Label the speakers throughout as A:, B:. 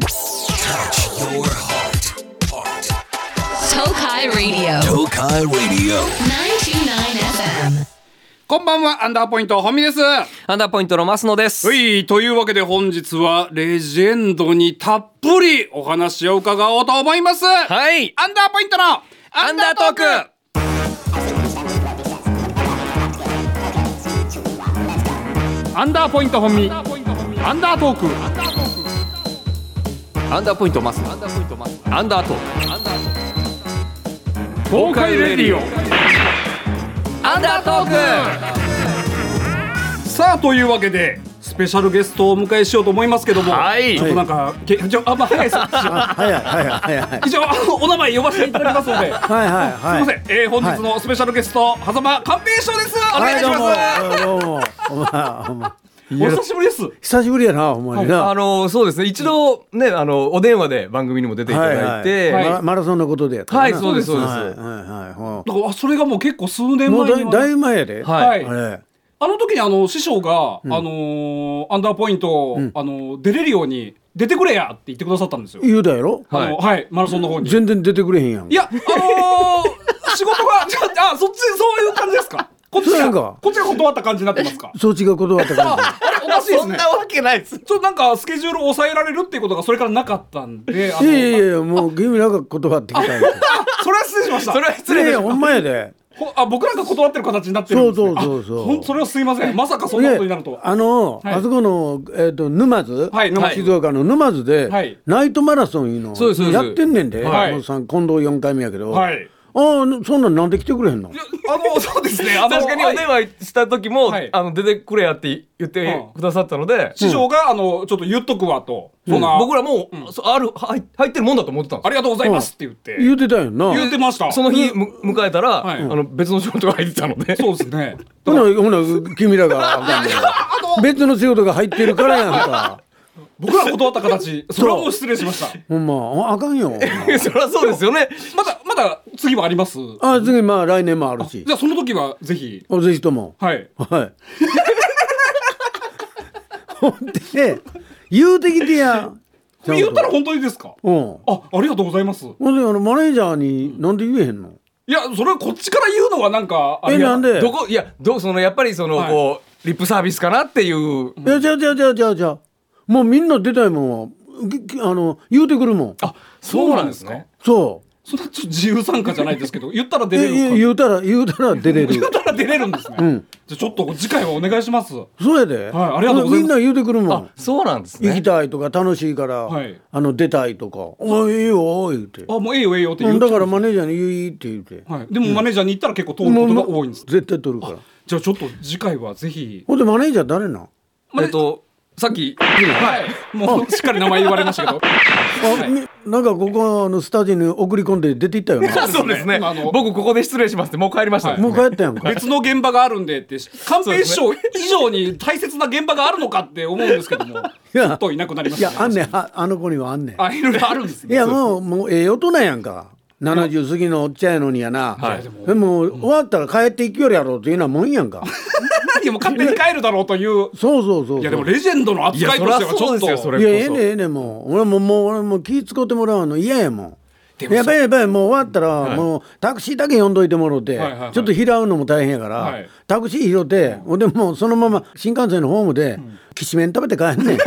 A: Touch your heart. Heart.
B: Tokai Radio.
A: Tokai Radio.
B: 929 FM.
C: こんばんは、アンダーポイント、本美です。は
D: アンダーポイントのマスノです。
C: い、というわけで本日はレジェンドにたっぷりお話を伺おうと思います。ア
D: はい。
C: ンダーポイントのア
D: ア
C: ン
D: ンダ
C: ダー
D: ー
C: ト
D: ト
C: ー
D: ー
C: ク
D: ク
C: アンダーポイント本美アンダートーク
D: アンダーポイントマスノ。アンダーポイントマスノ。アンダートーク。アンダートー
C: 公開レディオ
D: ク。アンダートー
C: さあというわけでスペシャルゲストをお迎えしようと思いますけども、
D: はい
C: ちょっとなんかけちょあまあ早いです
E: はいはいはいはいはい
C: 一応 あのお名前呼ばせていただきますのです
E: はいはいはい
C: みません、えー、本日のスペシャルゲスト、狭間寛平師匠ですお願いします、
E: はいどうもどうもお前お前
C: お久しぶりです
E: 久しぶりやなほんまに
F: あ
E: な
F: のそうですね一度ねあのお電話で番組にも出ていただいて、
E: は
C: はい
E: いママラソンのことでやったかな
F: はいそうですそうです
E: はいはいはいほ
C: だからあそれがもう結構数年
E: うも
C: 前
E: う
C: に
E: だ
C: はい
E: だいぶ前やで
F: は
E: あ
F: い
C: はい、
E: れ
C: あの時にあの師匠が、あのーアンダーポイントを、あのー出れるように出てくれやって言ってくださったんですよ。
E: 言うたやろ
C: あのはい、マラソンの方に。い
E: 全然出てくれへんやん
C: や、あのー 仕事が、じゃあ、あそっち、そういう感じですか。こっち
E: そうや
C: が、
E: んか
C: こっちが断った感じになってますか。
E: そっちが断ったから
C: ああれ、おかしいですね。
F: わけないです。
C: ちょっとなんか、スケジュールを抑えられるっていうことが、それからなかったんで、あ
E: い
C: の
E: やいやいやもう義務なく断ってきたんや
C: あそれは失礼しました。
F: それは失
E: いやい
F: 礼
E: やほんまやで
C: ほあ、僕なんか断ってる形になってるんです、ね。
E: そうそうそうそう
C: あほんそれはすいません。まさかそんなことになるとは。
E: あの
C: はい
E: あそこのえっと沼津
C: はい沼津
E: 静岡の沼津
C: はい
E: でナイトマラソンいうの
F: そうですそうです
E: やってんねんで
C: はい
E: もうさん今度4回目やけど
C: は
E: あ
C: い
E: あそんなんなんで来てくれへんの
C: あの、そうですね。あの
F: 確かにお電話した時も、
C: はい
F: あの出てくれやって言ってくださったので、
C: 師匠が、あの、ちょっと言っとくわと、そんな、
F: 僕らもう、そうある入入ってるもんだと思ってたんで
C: ありがとうございますって言って、
E: 言うてたんやんな
C: 言ってました。
F: す。その日む迎えたら、
C: はい
F: あの別の仕事が入ってたので、
C: そうですね。
E: ほなほな君 らがあかんねん別の仕事が入ってるからやんか
C: 僕ら断った形、それはもう失礼しました。
E: ほんまああかんよ
F: そりゃそうですよね。
C: まだ、まだ次はあります。
E: あ次まあ来年もあるし
C: じゃあ、その時はぜひ、
E: おぜひとも
C: はい。
E: はい ほんで言うてきてや
C: これ言ったら本当にですか
E: うん
C: あ、ありがとうございます。
E: ほんであのマネージャーになんで言えへんの
C: いや、それはこっちから言うのはなんか、あ
E: え
C: れや
E: なんで
F: どこいやどそのやっぱりその、
C: はい
F: こうリップサービスかなっていう。
E: いやじゃあじゃあじゃあじゃあじゃあもうみんな出たいもんはききあの言うてくるもん
C: あ、そうなんですか。
E: そ
C: そんなちょっと自由参加じゃないですけど、言ったら
E: う
C: 出れ
E: え言
C: る
E: う
C: のか。
E: 言うたら言うたら出れ
C: 言っ
E: る
C: たら出れるんですね。
E: ん
C: じゃあ、ちょっと次回はお願いします。
E: そうや
C: はいあ
E: で、
C: りがとうございます
E: みんな言うてくるも
F: あ
E: ん
F: そうなんです
E: 行
F: ね
E: き。たいとか楽しいから、
C: はい
E: あの出たいとか「おいいいよ」言うて
C: あ、もうええよ、ええよって言
E: うん
C: う
E: だからマネージャーに「言い」って言うて、
C: はい、でもマネージャーに行ったら結構通る
E: も
C: こ
E: う
C: と
E: も
C: が
E: う
C: 多いんです、
E: 絶対取るから
C: じゃあちょっと次回はぜひ、
E: ほんでマネージャー誰なん
C: まあ
F: えっとさっき
C: はい、もうしっかり名前言われましたけど
E: あみなんかここあのスタジオに送り込んで出ていったよな
F: そうですね
C: あの。
F: 僕ここで失礼しますってもう帰りましたね。
E: もう帰ったやんか
C: 別の現場があるんでって寛平師匠以上に大切な現場があるのかって思うんですけどもちょっといなくなりま
E: い
C: した
E: や あんね
C: ね
E: んああの子にはあんねん
C: あいろいろあるんです
E: い
C: ね
E: やもうもうええ大人やんか70過ぎのおっちゃんやのにやな、
F: はい
E: でも終わったら帰っていきよるやろっていうのはもんやんか
C: いやもう勝手に帰るだろうという
E: そうそうそうそう
C: いやでもレジェンドの扱いとしてはち
F: いやそりゃそ
C: ょ
F: う
C: っ
F: ですよ
C: と
F: それ
E: いや
F: こそ
E: ええねんええねんもう俺ももう俺も気使ってもらうの嫌やも
C: で
E: ん
C: も
E: やばいやばいもう終わったら、もうタクシーだけ呼んどいてもろて、
C: はいはいはい
E: ちょっと拾うのも大変やから、
C: はい
E: タクシー拾ってほんでもうそのまま新幹線のホームできしめん食べて帰んねん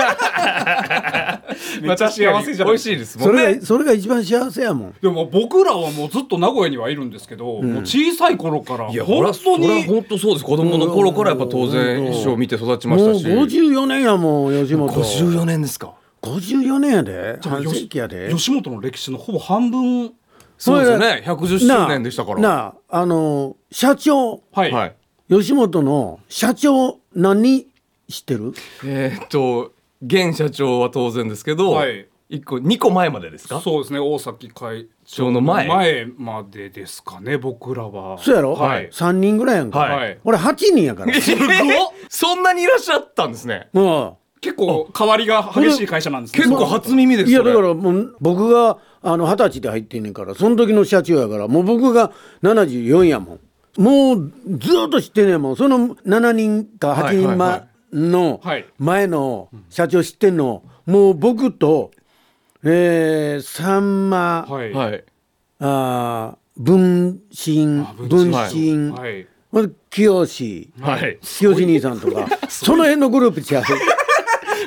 C: めっちゃ幸せじゃないですか
F: 美味しいですも
E: そ
F: んね。
E: れがそれが一番幸せやもん
C: でも僕らはもうずっと名古屋にはいるんですけど、もう小さい頃から本当
F: そりゃ
C: に
F: 本当そうです。子供の頃からやっぱ当然一生見て育ちま
E: もう
F: したし。
E: 54年やもん吉本
F: 54年ですか。
E: 54年やで
C: ゃあ
E: 半世紀やで
C: 吉本の歴史のほぼ半分
F: そうですよ
E: そ
F: ね。110周年でしたから。
E: なあなああの社長
C: はい、
F: はい。
E: 吉本の社長何知ってる
F: えーっと現社長は当然ですけど
C: はい、
F: 一個二個前までですか。
C: そうですね大崎会
F: 長の前
C: までですかね僕らは
E: そうやろ、
C: は
E: はい3人ぐらいやんか、
F: はい
E: 俺8人やから
F: えー そんなにいらっしゃったんですね。
E: うん
C: 結構変わりが激しい会社なんですね
F: 結構初耳です
E: い
F: よ。
E: やだからもう僕があの二十歳で入ってんねんからその時の社長やからもう僕が74やもんもうずーっと知ってんねんもんその7人か8人
F: はいはいは
E: 前の
C: はい
E: 前の社長知ってんのもう僕とえー、さんま、
C: はい
F: はい。
E: あー文心文心、
C: はい
E: ほんで清志
F: はい。
E: 清志兄さんと かその辺のグループちゃ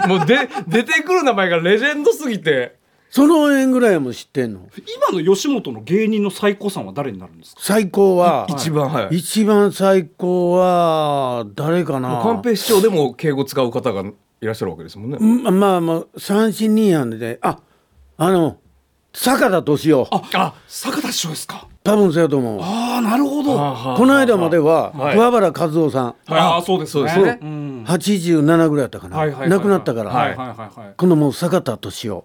E: う
F: もうで、出てくる名前がレジェンドすぎて。
E: その辺ぐらいはもう知ってんの
C: 今の吉本の芸人の最高さんは誰になるんですか
E: 最高は
F: 一番は
E: はい
F: い。
E: 一番最高は誰かな
F: 寛平師匠でも敬語使う方がいらっしゃるわけですもんね。
E: うんまあまあ三振二安でああの坂田敏夫
C: あ坂田師匠ですか
E: 多分そうやと思う
C: ああなるほどあ
E: この間までは
F: はい
E: 桑原和夫さん、
C: あーそうですね
F: そうですね
C: うん
E: 87ぐらいやったかな、
C: はいはいはいはい
E: 亡くなったから、
C: はいはいはいはい
E: このもう坂田敏夫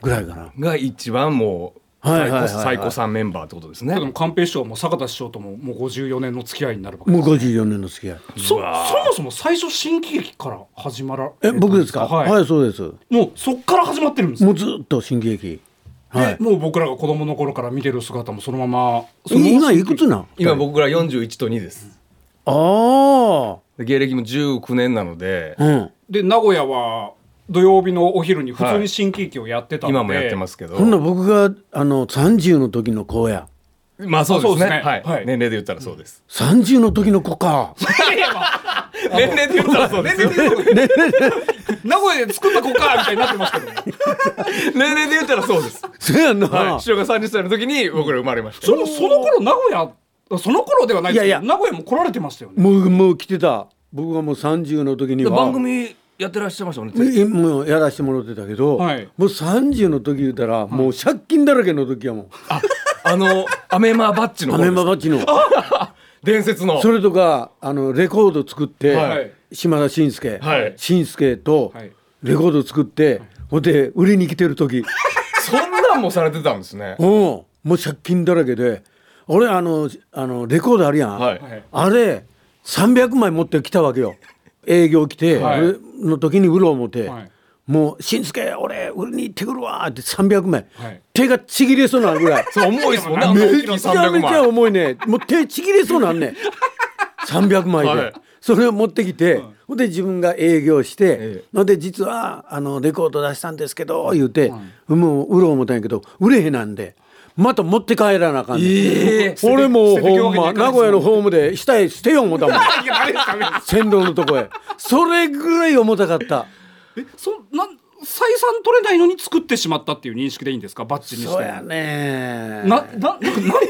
E: ぐらいかな
F: が一番もう
E: はいは
F: 最
E: いはいは
F: 高
E: い
F: 最高さんメンバーってことですね
C: で。も寛平師匠も坂田師匠とももう54年の付き合いになるわけ
E: もう54年の付き合い
C: そそうも
F: わー
C: そも最初新喜劇から始まら
E: え僕ですか
C: はい、
E: はいそうです
C: もうそっから始まってるんです
E: も
C: よ
E: うずっと新喜劇
C: で
E: はい
C: もう僕らが子供の頃から見てる姿もそのままその
E: 今いくつなん
F: 今僕ら41と2です。
E: あ
F: で芸歴も19年なので
E: あ、うん
C: で名古屋は土曜日のお昼に普通に新喜劇をやってたんで、
F: 今もやってますけど。
E: ほんなら僕があの30の時の子や
F: まあそうです
C: あ
F: ね。
C: そう
F: は
C: ですね
F: い
C: はい
F: 年齢で言ったらそうです。
E: 30の時の子か
F: 年齢で言ったらそうです。
C: 名古屋で作った子かみたいになってますけど、 ね、
F: 年齢で言ったらそうです。
E: そうやんな、
F: はい。師匠が30歳の時に僕ら生まれました。
C: そのその頃名古屋あその頃ではないですけど
E: いやいや
C: 名古屋も来られてましたよね
E: もうもう来てた僕がもう30の時には
F: 番組やってらっしゃいましたもんね。
E: えもうやらしてもらってたけど、
C: はい
E: もう30の時言うたら、もう借金だらけの時やもん
F: あ、あのアメマバッジの
E: ア
F: 方で
E: メ
F: す
E: マバッジの
F: 伝説の。
E: それとかあのレコード作って、
F: はい
E: 島田紳助、
F: はい
E: 紳助と
C: はい
E: レコード作って、ほんで売りに来てる時
F: そんなんもされてたんですね
E: う。んもう借金だらけで俺あのあのレコードあるやん、
F: はい
C: はい
E: あれ300枚持ってきた わけよ営業来て、
C: はい
E: 俺の時に売ろう思って、
C: はい
E: もう「しんすけ俺売りに行ってくるわ」って300枚、
C: はい
E: 手がちぎれそうなるぐらい
F: そう重いですもんね。あの
E: め
F: 大き
E: ち
F: な
E: ゃめ
F: 300
E: ちゃ
F: 万。
E: 重いねもう手ちぎれそ うなんね300枚で、
F: はい
E: それを持ってきて、ほんで自分が営業して、
F: え
E: ほんで実はあのレコード出したんですけど言うて、もう売ろう思ったんやけど売れへんなんでまた持って帰らなあかんねん、
F: ええ
E: 俺もうほん
C: 捨
E: ま
C: ててくわけにいかないですもん
E: 名古屋のホームで下へ捨てよう思ったもん
C: いやあれですかね
E: 線路のとこへそれぐらい重たかった
C: えそなん採算取れないのに作ってしまったっていう認識でいいんですかバッチにしても
E: そうやね
C: なななんか何千万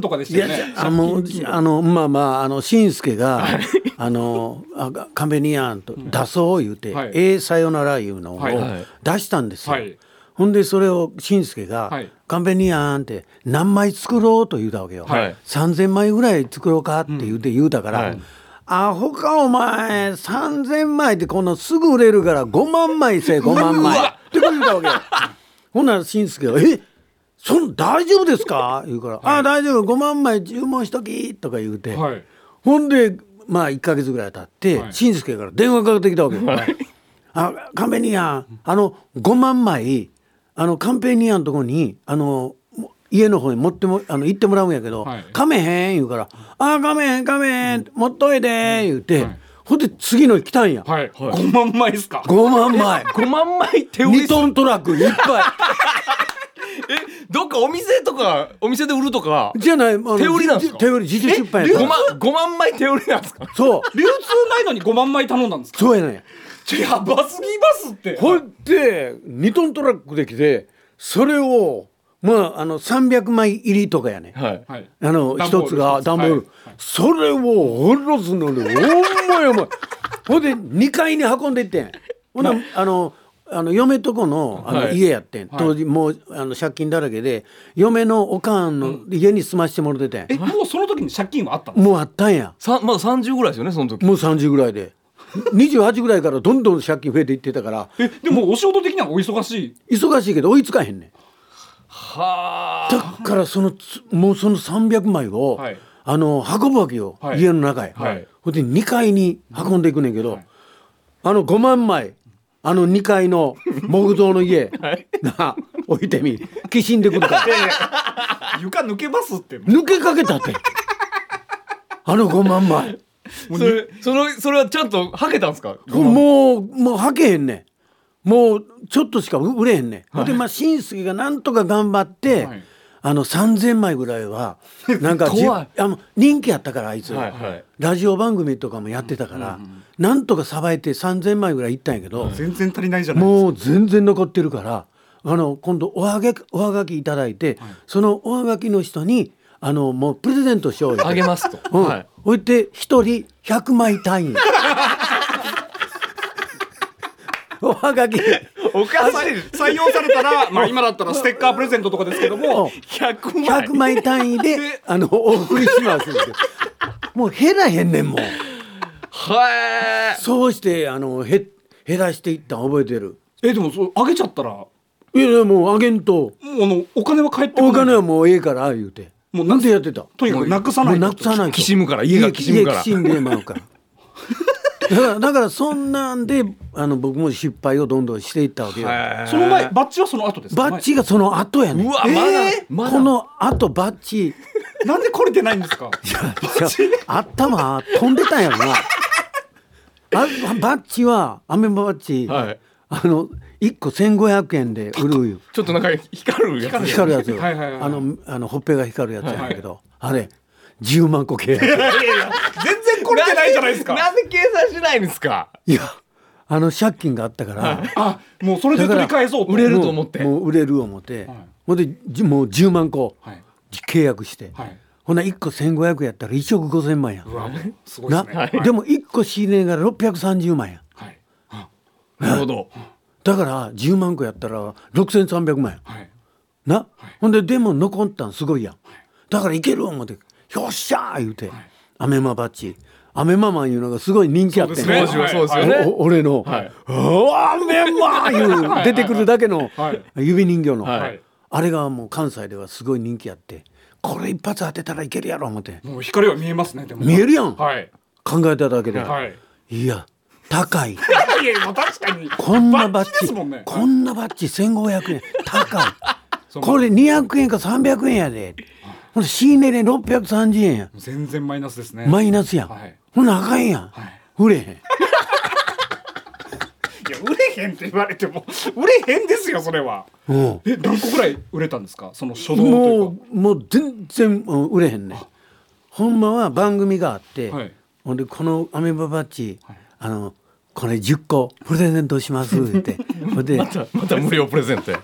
C: とかでし
E: い
C: たよ
E: や
C: ね
E: あのあのまあまああの紳助が「あのあカンベニアン」と「出そう」言うて
C: はい
E: 「ええさよなら」いうのを
C: はいはい
E: 出したんですよ
C: はい
E: ほんでそれを紳助が
C: はい
E: 「カンベニアン」って何枚作ろうと言うたわけよ
F: はい
E: 3,000枚ぐらい作ろうかって言うて言うたか
F: は
E: ら
F: い
E: 「アホかお前3,000枚ってこのすぐ売れるから5万枚せえ5万枚」ってこと言うたわけよ。ほんならしんすけが「えそん大丈夫ですか?」言うから「ああ大丈夫5万枚注文しとき」とか言うて、
C: はい
E: ほんでまあ1か月ぐらい経って、
C: はい
E: しんすけから電話かけてきたわけよ。あカンペニアンあの5万枚あのカンペニアンのとこにあのも家の方に持ってもあの行ってもらうんやけど「
C: はい
E: かめへん」言うから「ああかめへんかめへん持っといで」言うて、
C: はい
E: ほんで次の日来たんや、
C: はい、5万枚ですか
E: 5 万枚
F: 5万枚手売りす
E: 2
F: る
E: トントラックいっぱい。
F: どっかお店とかお店で売るとか
E: じゃない、あの
F: 手売りなんですか
E: じ手売り、自主出版や
F: 5
E: から。
F: 万五万枚手売りなんですか
E: そう、
C: 流通ないのに5万枚頼んだんですか
E: そうやね。
C: ちょやばすぎますって
E: ほいで、二トントラックできて、それを、まあ、あの三百枚入りとかやね。
F: はい
C: はい
E: あの
C: 段ボー
E: 一
C: ル
E: つが段ボール、
C: はいはい
E: それをおろすのに重い重いほんで2階に運んでいってんほんなあのあの嫁とこのあの
F: はい
E: 家やってん、
C: い
E: 当時もうあの借金だらけで嫁のおかんの家に住ましてもらっててん
C: え、もうその時に借金はあったの
E: もうあったんや
F: さまだ30ぐらいですよねその時
E: もう30ぐらいで28ぐらいからどんどん借金増えていってたから
C: え、でもお仕事的にはお忙しい
E: 忙しいけど追いつかへんねん
F: は
E: だからそのつもうその300枚を、
C: はい
E: あの運ぶわけよ、
C: はい
E: 家の中へ、
C: はい
E: ほんで2階に運んでいくねんけど、あの5万枚あの2階の木造 の家、なあ置いてみきしんでくるから
C: 床抜けます っても
E: 抜けかけたってあの5万枚
F: それそれそれはちゃんとはけたんですか
E: もうもうはけへんねんもうちょっとしか売れへんねん、でまあしんすけがなんとか頑張って、
C: はい
E: あの3,000枚ぐらいはなんかじ
F: 怖い
E: あの人気やったからあいつ、
F: はいはい
E: ラジオ番組とかもやってたから、なんとかさばいて3,000枚ぐらいいったんやけど、
C: 全然足りないじゃないですか
E: もう全然残ってるからあの今度おはげおはがきいただいて、そのおはがきの人にあのもうプレゼントしようよ。
F: あげますと。
E: うん、
F: はい。
E: 置いて一人100枚単位おはがき
F: おかしい。
C: 採用されたら、まあ、今だったらステッカープレゼントとかですけども
F: 100万。
E: 100枚 単位で
C: で
E: あのお送りしますんでもう減らへんねんもう
F: は
E: そうしてあのへ減らしていったん覚えてる
C: えでもそうあげちゃったらも
E: いやいやもうあげんと
C: うあのお金は返ってこない
E: お金はもうええから言うて
C: もう
E: な
C: なん
E: でやってた
C: とにかくなくさ
E: も
C: な
E: う
C: いと
E: なくさない
F: い。
E: と
F: きしむから、家がきしむから。
E: 家きしんでまう からだからだからそんなんであの僕も失敗をどんどんしていったわけよ
F: へー
C: その前バッジはその後ですか
E: バッジがその後やねん
F: うわ、
C: えー
F: まだ、まだ。
E: この後バッジ
C: 前なんでこれ出ないんですか
E: いや頭飛んでたんやろな。あバッジはアメバッジ、
F: はい
E: あの一個千五百円で売るよ。
F: ちょっとなんか光るやつ。
E: 光るやつよ。
C: はいはいはい
E: あのあのほっぺが光るやつやねんけど、あれ十万個 系。
C: 全然これ出ないじゃないですか
F: んで計算しないんですか。
E: いやあの借金があったから、
C: あもうそれで取り返そうと
F: だから売れる
E: もう
F: と思って
E: もう売れる思って、
C: はい
E: ほんでじもう十万個、
C: はい
E: 契約して、
C: はい
E: ほな一個千五百やったら一億五千万やん
C: う。わもうすごいで
E: な
C: すねはい
E: でも一個仕入れが六百三十万やん。
C: はい
F: なるほど。
E: だから10万個やったら6300万円
C: はい
E: な、ほんででも残ったんすごいやん、だからいける思って「よっしゃー!」言うて、アメマバッジアメママンいうのがすごい人気あってん
C: そうで
F: 当
C: す
F: 時
C: ね
F: はそうですよ
E: お
F: ね。
E: お俺の「
F: はい
E: おアメマ!」いう出てくるだけの
C: はい
E: 指人形の、
F: はい
E: あれがもう関西ではすごい人気あってこれ一発当てたらいけるやろ思って
C: もう光は見えますねでも
E: 見えるやん、
C: はい
E: 考えただけで、
C: はい
E: い、や高い
C: いやもう確かに
E: こんなバッ
C: バッジで
E: ジ
C: すもんね
E: こんなバッジ1500円高い
C: そう
E: これ200円か300円やでほんで仕入れで630円や
C: 全然マイナスですね
E: マイナスやん、
C: はい
E: ほんならあかんやん、
C: はい
E: 売れへん
C: いや売れへんって言われても売れへんですよそれは
E: も
C: え何個ぐらい売れたんですかその初動
E: う
C: というか
E: もうもう全然うん売れへんねほんまは番組があって、
C: はい
E: ほんでこのアメババッジ、あのこれ10個プレゼントしますって ほんで
F: また無料プレゼントや。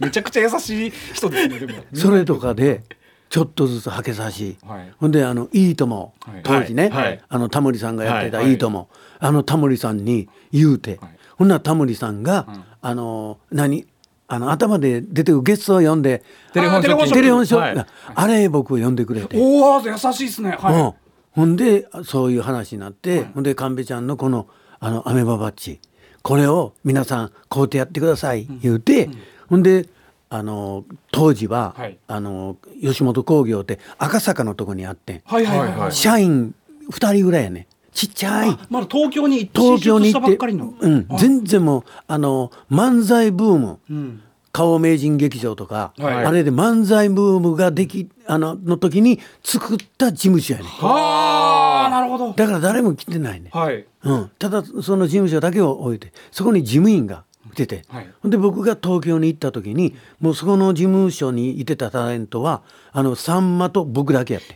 C: めちゃくちゃ優しい人ですねでも
E: それとかでちょっとずつはけさし、
C: はい
E: ほんであの「いいとも
C: はい」
E: 当時ね、
F: はいはい
E: あのタモリさんがやってた「
F: はい
E: いとも」あのタモリさんに言うて、
C: はい
E: ほんならタモリさんが、あの何あの頭で出てくるゲストを呼んで
F: テレフォンショッピング
E: テレフォンショッピング
F: はい
E: あれ僕を呼んでくれて、
C: おお優しいですねはい、
E: うん、ほんでそういう話になって、ほんで神戸ちゃんのこのあのアメババッジこれを皆さん買うてやってください言うて、ほんであの当時は、
C: はい
E: あの吉本興業って赤坂のとこにあって、
C: はいはいはい、
F: はいはい
E: 社員2人ぐらいやねちっちゃい
C: まだ東京に
E: 東京に
C: 進出
E: 行
C: したば
E: っ
C: ってかりの、
E: うん、全然もうあの漫才ブーム、
C: ん
E: 顔名人劇場とか、
C: はい
E: あれで漫才ブームができあのの時に作った事務所やね
C: はあなるほど
E: だから誰も来てないね、
C: はい
E: うん、ただその事務所だけを置いてそこに事務員が来てて、
C: はい
E: ほんで僕が東京に行った時にもうそこの事務所にいてたタレントはあのさんまと僕だけやって、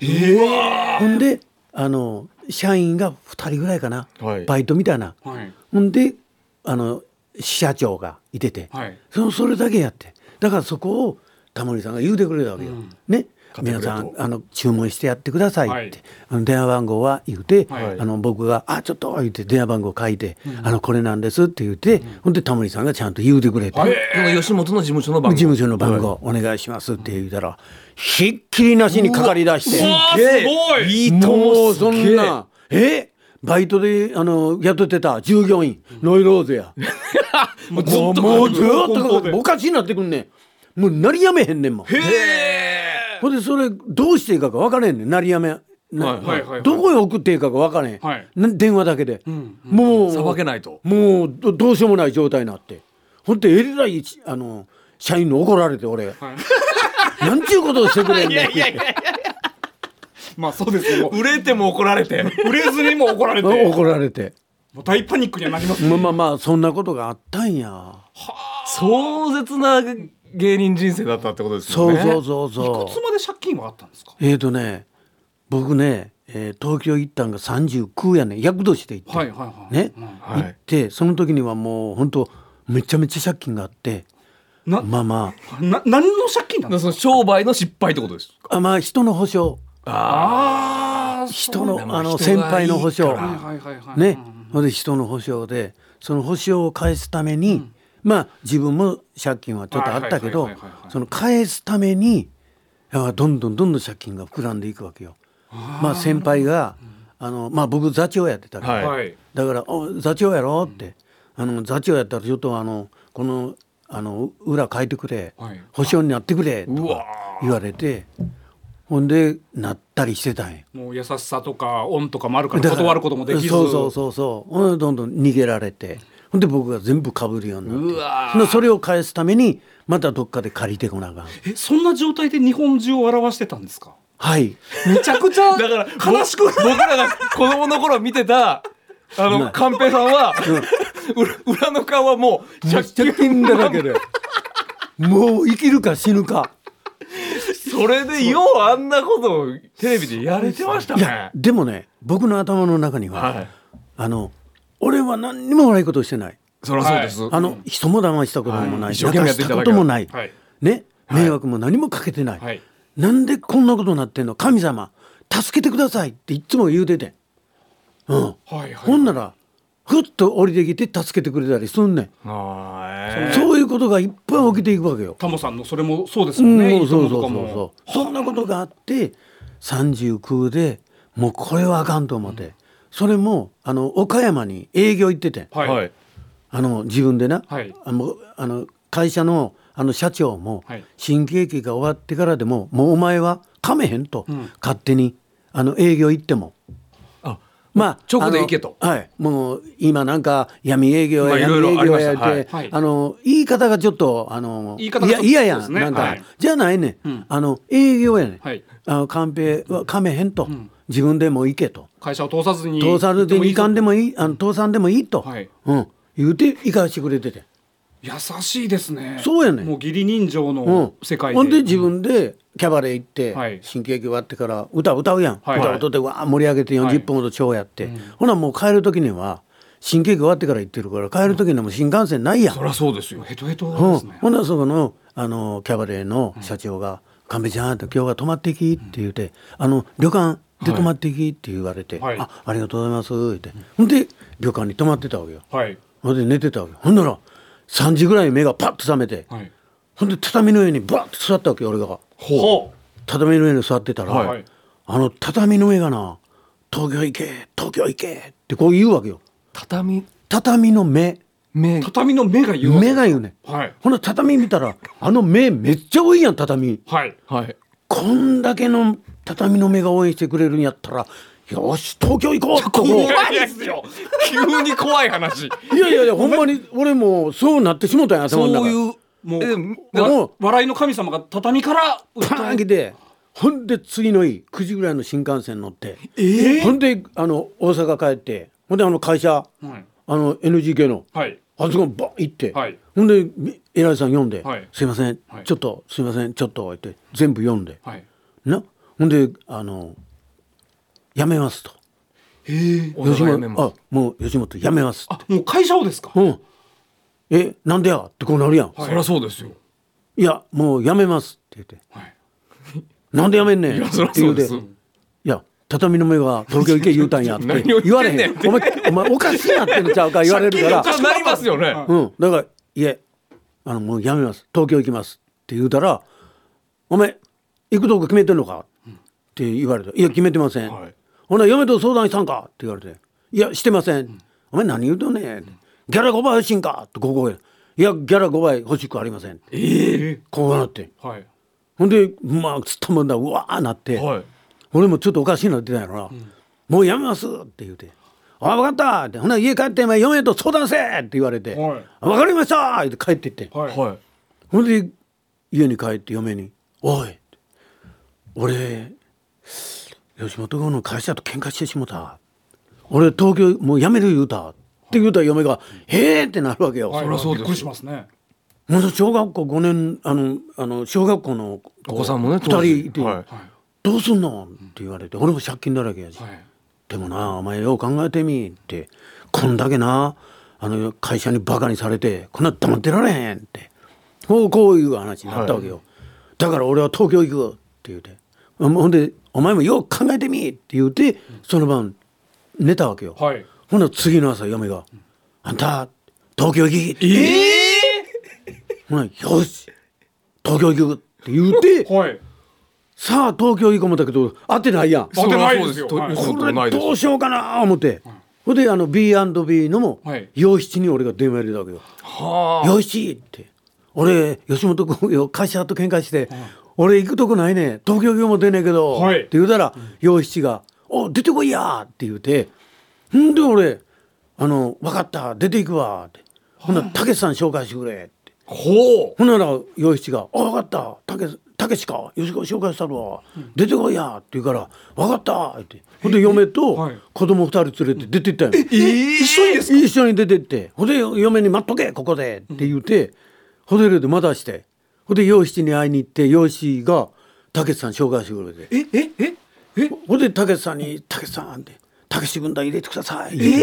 E: ほんであの社員が2人ぐらいかな、
F: はい
E: バイトみたいな、
C: はい
E: ほんであの支社長がいてて、
C: はい
E: そのそれだけやってだからそこをタモリさんが言うてくれたわけよ。ね皆さんあの注文してやってくださいって、
C: はい
E: あの電話番号は言うて、
C: はい
E: あの僕が「あちょっと」言って電話番号書いて「あのこれなんです」って言って、ほんでタモリさんがちゃんと言うてくれて、
F: なんか吉本の事務所の番
E: 事
F: 組。
E: 務所の番号お願いしますって言ったらひっきりなしにかかりだして
C: すげえすごい
E: いいともうそんなえバイトであの雇ってた従業員ノイローゼや
C: もうずっ
E: も
C: と
E: うもうずーっ
C: 根
E: と
C: 本で
E: おかしいなってくんねんもう鳴りやめへんねんもんほんでそれどうしていいかが分からへんねん鳴りやめな
F: はいはい
C: はいはい
E: どこへ送っていいかが分からへん、
C: はい
E: な電話だけで、もう
F: さばけないと
E: もうどどうしようもない状態になってほんとえらいあの社員に怒られて俺、なんちゅうことをしてくれんねん
C: まあそうですよも
F: 売れても怒られて。
C: う売れずにも怒られて
E: 怒られて
C: もう大パニックにはなりますね
E: まあまあまあそんなことがあったんや。
F: 壮絶な芸人人生だったってことです
E: そ
F: よ
E: う
F: ね
E: そうそう
C: いく
E: そ
C: つ
E: う。
C: まで借金はあったんですか
E: えーとね僕ね、えー東京行ったんが39やね厄年で行って、
C: はいはいはい
E: ね、
F: はい
E: 行ってその時にはもう本当めちゃめちゃ借金があって
C: な
E: まあま
C: な何の借金なん
F: だから
C: です
F: その商売の失敗ってことです
E: ああまあ人の保証
C: ああ
E: 人の
F: まあ
E: あの
F: 人
E: 先
F: がいい
E: 輩の保証
F: から
C: はいはいはいはい
E: ねそれで人の保証でその保証を返すために、まあ自分も借金はちょっとあったけど
C: はいはいはいはいはいはい
E: その返すためにあどんどんどんどん借金が膨らんでいくわけよ。まあ先輩があの、まあ、僕座長やってたから、
F: はい
C: はい
E: だから「お座長やろ?」って、あの「座長やったらちょっとあのこのあの裏書いてくれ、
C: はい
E: 保証になってくれ」と
F: う
E: か
F: わ
E: 言われてほんでなったりしてたんや。
C: もう優しさとか恩とかもあるか
E: だ
C: ら
E: から
C: 断ることもできず
E: そうそうそうそうほんでどんどん逃げられてほんで僕が全部かぶるようになってほんでそれを返すためにまたどっかで借りてこなあかん
C: えそんな状態で日本中を表してたんですか
E: はい
C: めちゃくちゃ
F: だから
C: 悲しく
F: ぼ僕らが子供の頃見てたあ
E: うま
F: の
E: い
F: 寛平さんは裏 裏の顔はもう借金
E: 借金だらけでもう生きるか死ぬか
F: それでようあんなことをテレビでやれてました
E: いや
F: ね
E: でもね僕の頭の中には、
F: はい
E: あの俺は何にも悪いことをしてない
F: そりゃそうです、
E: あの、人も騙したこともない、
F: はい一生懸命や
E: 泣か
F: っ
E: して
F: きた
E: た
F: だ
E: こ
F: け
E: ともない、
C: はい
E: ね迷惑も何もかけてない、
C: はい
E: なんでこんなことになってんの神様助けてくださいっていつも言うててん、うん
C: はいはい
E: ほんならふっと降りてきて助けてくれたりすんねん、
F: あー
E: そういうことがいっぱい起きていくわけよ。
C: タモさんのそれもそうです
E: う
C: もん
E: ん
C: ね、い
E: も
C: ういと
E: そう
C: も
E: そう
C: と
E: そ
C: か
E: う
C: も
E: そうそんなことがあって39でもうこれはあかんと思って、それもあの岡山に営業行っててん
C: はい、
F: はい
E: あの自分でな、
C: はい
E: あのあの会社のあの社長も、
C: はい
E: 新喜劇が終わってからでももうお前はかめへんと、勝手にあの営業行っても。
F: あ
E: まあ、
F: 直で行けと
E: あのはい、もう今なんか闇営業
F: まあ
E: や、
F: いろいろ
E: 闇営業や
F: ありま
E: で、
F: した
C: はいはい
E: あの言い方がちょっとあの
C: 言い方がちょ
E: いや
C: っと
E: いやや
C: そう
E: ん、
C: ですね
E: なんか、
C: はい
E: じゃないね、
C: ん
E: あの営業やね、
C: はい
E: あのカンペはかめへんと、自分でも行けと。
C: 会社を通さずに
E: 倒産でいかんで
C: も
E: もいい、あの倒産でもいいと、
C: はい
E: うん、言うて行かしてくれてて、
C: 優しいですね
E: そうやねん
C: もう義理人情
E: う
C: の
E: ん、
C: 世界で、
E: ほんで自分でキャバレー行って、
C: はい
E: 新喜劇終わってから歌歌うやん、
C: はい
E: 歌歌ってわあ盛り上げて
C: はい
E: 40分ほどショーやって、ほなもう帰る時には新喜劇終わってから行ってるから帰る時にはもう新幹線ないやん、
F: そりゃそうですよ
C: ヘトヘト
E: うん
C: ですね、
E: ほんならそこのあのキャバレーの社長が「神、戸、ちゃんあんた今日は泊まっていき」って言うて、あの旅館で泊まっていきって言われて「
C: はい
E: あありがとうございます」ってほんで旅館に泊まってたわけよ。
C: はい
E: ほんで寝てたわけほんなら3時ぐらいに目がパッと覚めて、
C: はい
E: ほんで畳の上にバッと座ったわけよ俺が
C: ほ
E: 畳の上に座ってたら、
C: はい
E: あの畳の上がな「東京行け東京行け」ってこう言うわけよ
F: 畳
E: 畳の目
F: 目
C: 畳の目が言うわけ
E: 目が言うねん
C: はい
E: ほな畳見たらあの目めっちゃ多いやん畳
C: はい
F: はい
E: こんだけの畳の目が応援してくれるんやったらよし東京行こうって
F: 怖
E: こ
F: いですよ急に怖い話
E: ういやいやいやほんまに俺もそうなってしもたんや頭の中
F: う
C: もう
F: え
E: もう
C: 笑いの神様が畳から
E: パーン来てほんで次の日9時ぐらいの新幹線乗って、
C: ええ
E: ほんであの大阪帰ってほんであの会社
C: はい
E: あの NGK の
C: はい
E: あそこにバン行って、
C: はい
E: ほんでみ偉いさん読んで「
C: はい
E: すいません、
C: はい
E: ちょっとすいませんちょっと」って全部読んで、
C: はい
E: なほんであの「やめます」と
F: お互いやめま
E: あもう吉本やめます」
C: あもう会社をですか
E: うん「えなんでや?」ってこうなるやん「
F: すそりゃそうですよ
E: い、やもうやめます」って言って
C: はい
E: 「なんでやめんねん」
F: い
E: っ
F: や
E: て
F: そりゃ
E: 言
F: そうう
E: て
F: です
E: 「いや畳の目が東京行け言うたんや」っ て
F: 何を
E: 言われ
F: 言ってんね
E: へ
F: ん
E: ん「お前お前おかしいなってんのちゃうか」言われる から
F: ちょっとなりますよね
E: うん、だから「いえあのもうやめます東京行きます」って言うたら「お前行くとこ決めてんのか?」って言われた「いや決めてません」
F: はい
E: ほな嫁と相談したんか?」って言われて「いやしてません」お前何言うとんねん」ギャラ5倍欲しいんか?」ってここへ「いやギャラ5倍欲しくありません」
C: ええ
E: こうなって
C: はい
E: ほんでまあつったもんだうわーなって、
F: はい
E: 俺もちょっとおかしいなってたんやろな、もうやめますって言うて「あ分かった」って「ほな家帰ってお前嫁と相談せ!」って言われて「
C: はい
E: あ分かりました!」って帰っていって、
C: はい
F: はい
E: ほんで家に帰って嫁に「おい俺吉本の会社と喧嘩してしもた俺東京もう辞める言うた」ってって言うたら嫁が「へえ!」ってなるわけよ。
C: そりゃそうです。びっくりしますね。
E: もう小学校5年あのあの小学校の
F: お子さんもね当時
E: 2人いて、
F: はい
E: どうすんの?」って言われて俺も借金だらけやし、
C: はい。
E: でもなお前よう考えてみ」って「こんだけなあの会社にバカにされてこんな黙ってられへん」ってこうこういう話になったわけよ、だから俺は東京行くって言うてほんで「お前もよう考えてみ」って言うてその晩寝たわけよ、
C: はい
E: ほな次の朝嫁が「あんた東京行き」ほなよし東京行く」って言う て
C: はい。
E: さあ東京行こう思ったけど会ってないやん。
C: 当てないですよ。
F: そう
C: はい
F: なんです
E: こ
F: そうな
E: れ
F: いです
E: どうしようかな思って、ほんであの B&B のも
C: はい
E: 洋七に俺が電話入れたわけよ「洋七」って「俺吉本興業会社と喧嘩して、俺行くとこないねん東京行も出ねえけど」
C: はい
E: って言うたら洋七が「お出てこいや」って言うてんで俺「あの分かった出ていくわ」って「ほんならたけしさん紹介してくれ」って。
F: ほ
E: ほんなら洋七が「あ分かったたけたけしか吉子紹介したるわ出てこいや」って言うから「分かった」ってほんで嫁と
C: はい
E: 子供二人連れて出てったんよ、
C: え一緒にですか。
E: 一緒に出てってほんで嫁に「待っとけここで」って言うて、ホテルで待たしてほんで洋七に会いに行って洋七がたけしさん紹介してくれて
C: ええええ
E: ほんでたけしさんに「たけしさん」って「たけし軍団入れてください」え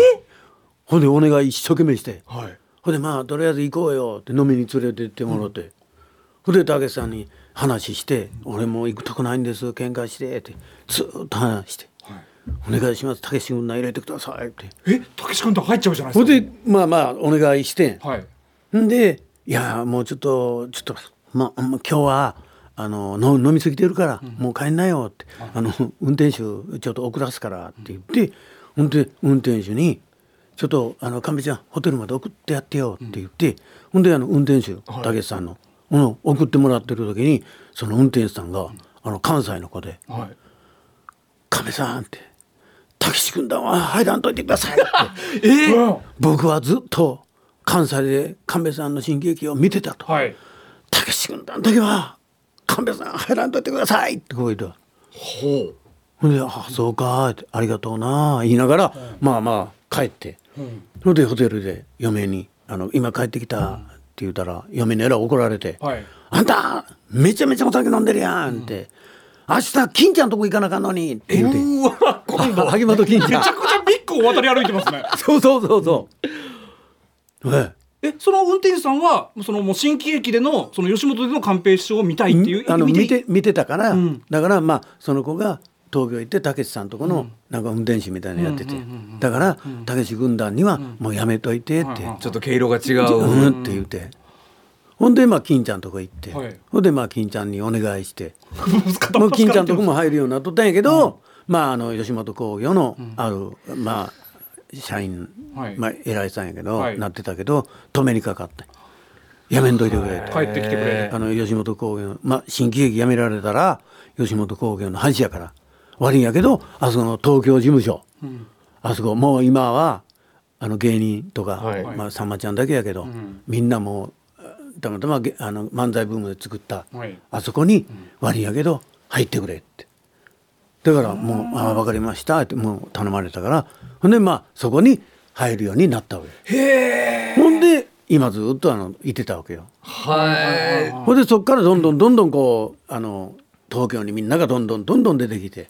E: ほんでお願い一生懸命して。
F: うはい
E: ほんでまあとりあえず行こうよって飲みに連れてってもろて、ほんでたけしさんに話して「俺もう行くとこないんです喧嘩して」ってずーっと話して「お願いしますたけし軍団入れてください」って
C: えたけし君と入っちゃうじゃない
E: ほん
C: です
E: でまあまあお願いしてん
C: か。はい。
E: んで「いやもうちょっとちょっと、ま、あ今日はあのの飲み過ぎてるから、もう帰んなよ」って「あの運転手ちょっと送らすから」って言って、ほんで運転手に「ちょっとあの神ちゃんホテルまで送ってやってよ」って言って、ほんであの運転手たけしさんの、うん送ってもらってる時にその運転手さんが、あの関西の子で
C: はい。
E: 「亀さん」って「たけし軍団は入らんといてく ださい」って。
C: え
E: 僕はずっと関西で神戸さんの新喜劇を見てたと
C: はい。
E: 「たけし軍団だけは神戸さん入らんといてください」ってこう言うと
F: ほ
E: ほんで「あそうか」って「ありがとうな」言いながら、まあまあ帰ってそれでホテルで嫁に「あの今帰ってきた」って言ったら嫁にえらい怒られて「
C: はい
E: あんためちゃめちゃお酒飲んでるやん」って「明日金ちゃんとこ行かなあかんのに」って言うて
F: ううわこ
E: あ萩本金ちゃん
C: めちゃくちゃビッグを渡り歩いてますね。
E: そうそうそうそう。ええ
C: えその運転手さんはそのもう新喜劇でのその吉本での寛平師匠を見たいっていう
E: あの
C: 意味で
E: 見て見てたから、
C: ん
E: だからまあその子が東京行ってたけしさんとこのなんか運転手みたいなのやってて、だからたけし軍団にはもうやめといてって、
F: ちょっと毛色が違
E: う
F: うん
E: って言って。ほんでまあ金ちゃんとこ行って、
C: はい
E: ほんでまあ金ちゃんにお願いして、
C: 片
E: も
C: っ
E: う
C: 端
E: 金ちゃんと
C: から
E: こも入るようになっとったんやけど、まああの吉本興業のある、まあ社員、
C: はい
E: まあ偉いさんやけど、
C: はい
E: なってたけど止めにかかってやめんといてくれと。
C: 帰ってきてくれ
E: あの吉本興業の、まあ、新喜劇やめられたら吉本興業の恥やから悪いんやけどあそこの東京事務所、あそこもう今はあの芸人とか、
F: はい
E: まあ、さんまちゃんだけやけど、みんなもうあたまたまげあの漫才ブームで作った、
C: はい
E: あそこに悪いんやけど入ってくれってだからもう「ああ分かりました」ってもう頼まれたからほんでまあそこに入るようになったわけほんで今ずっとあのいてたわけよ。
F: はい
E: ほんでそこからどんどんどんどんこうあの東京にみんながどんどんどんどん出てきて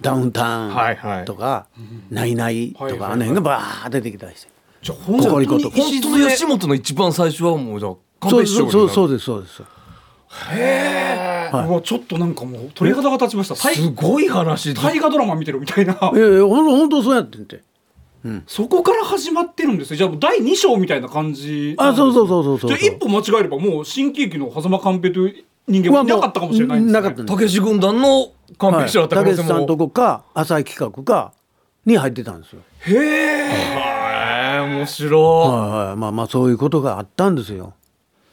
E: ダウンタ
F: はい
E: ウ
F: は
E: ン
F: い
E: とか「ナイナイ」と
C: はいはいは
E: か
C: い
E: あの辺がバーッ出てきたりして
C: じゃあ
E: ココ
C: 本
E: リコ
C: 当に
E: とか
F: 本当の吉本の一番最初はもうじゃあ
E: そ
F: 神戸
E: う
F: 師匠
E: そう
F: に
E: そうそう
F: う
E: ですそうです
C: うわちょっとなんかもう鳥肌が立ちました大
F: すごい話だ
C: 大河ドラマ見てるみたいな
E: ええほんほんとそうやってんて
C: そこから始まってるんですよじゃあもう第2章みたいな感じ
E: あそうそうそうそうそう
C: じゃあ一歩間違えればもう新喜劇の狭間寛平という人間はいなかったかもしれないんですね
E: なかったんです
F: たけし軍団の完璧者だった
E: た
F: 可
E: け
F: 能
E: し
F: 性
E: さんと
F: も
E: こか浅井企画かに入ってたんですよ
F: へえ面白
E: はいはいまあまあそういうことがあったんですよ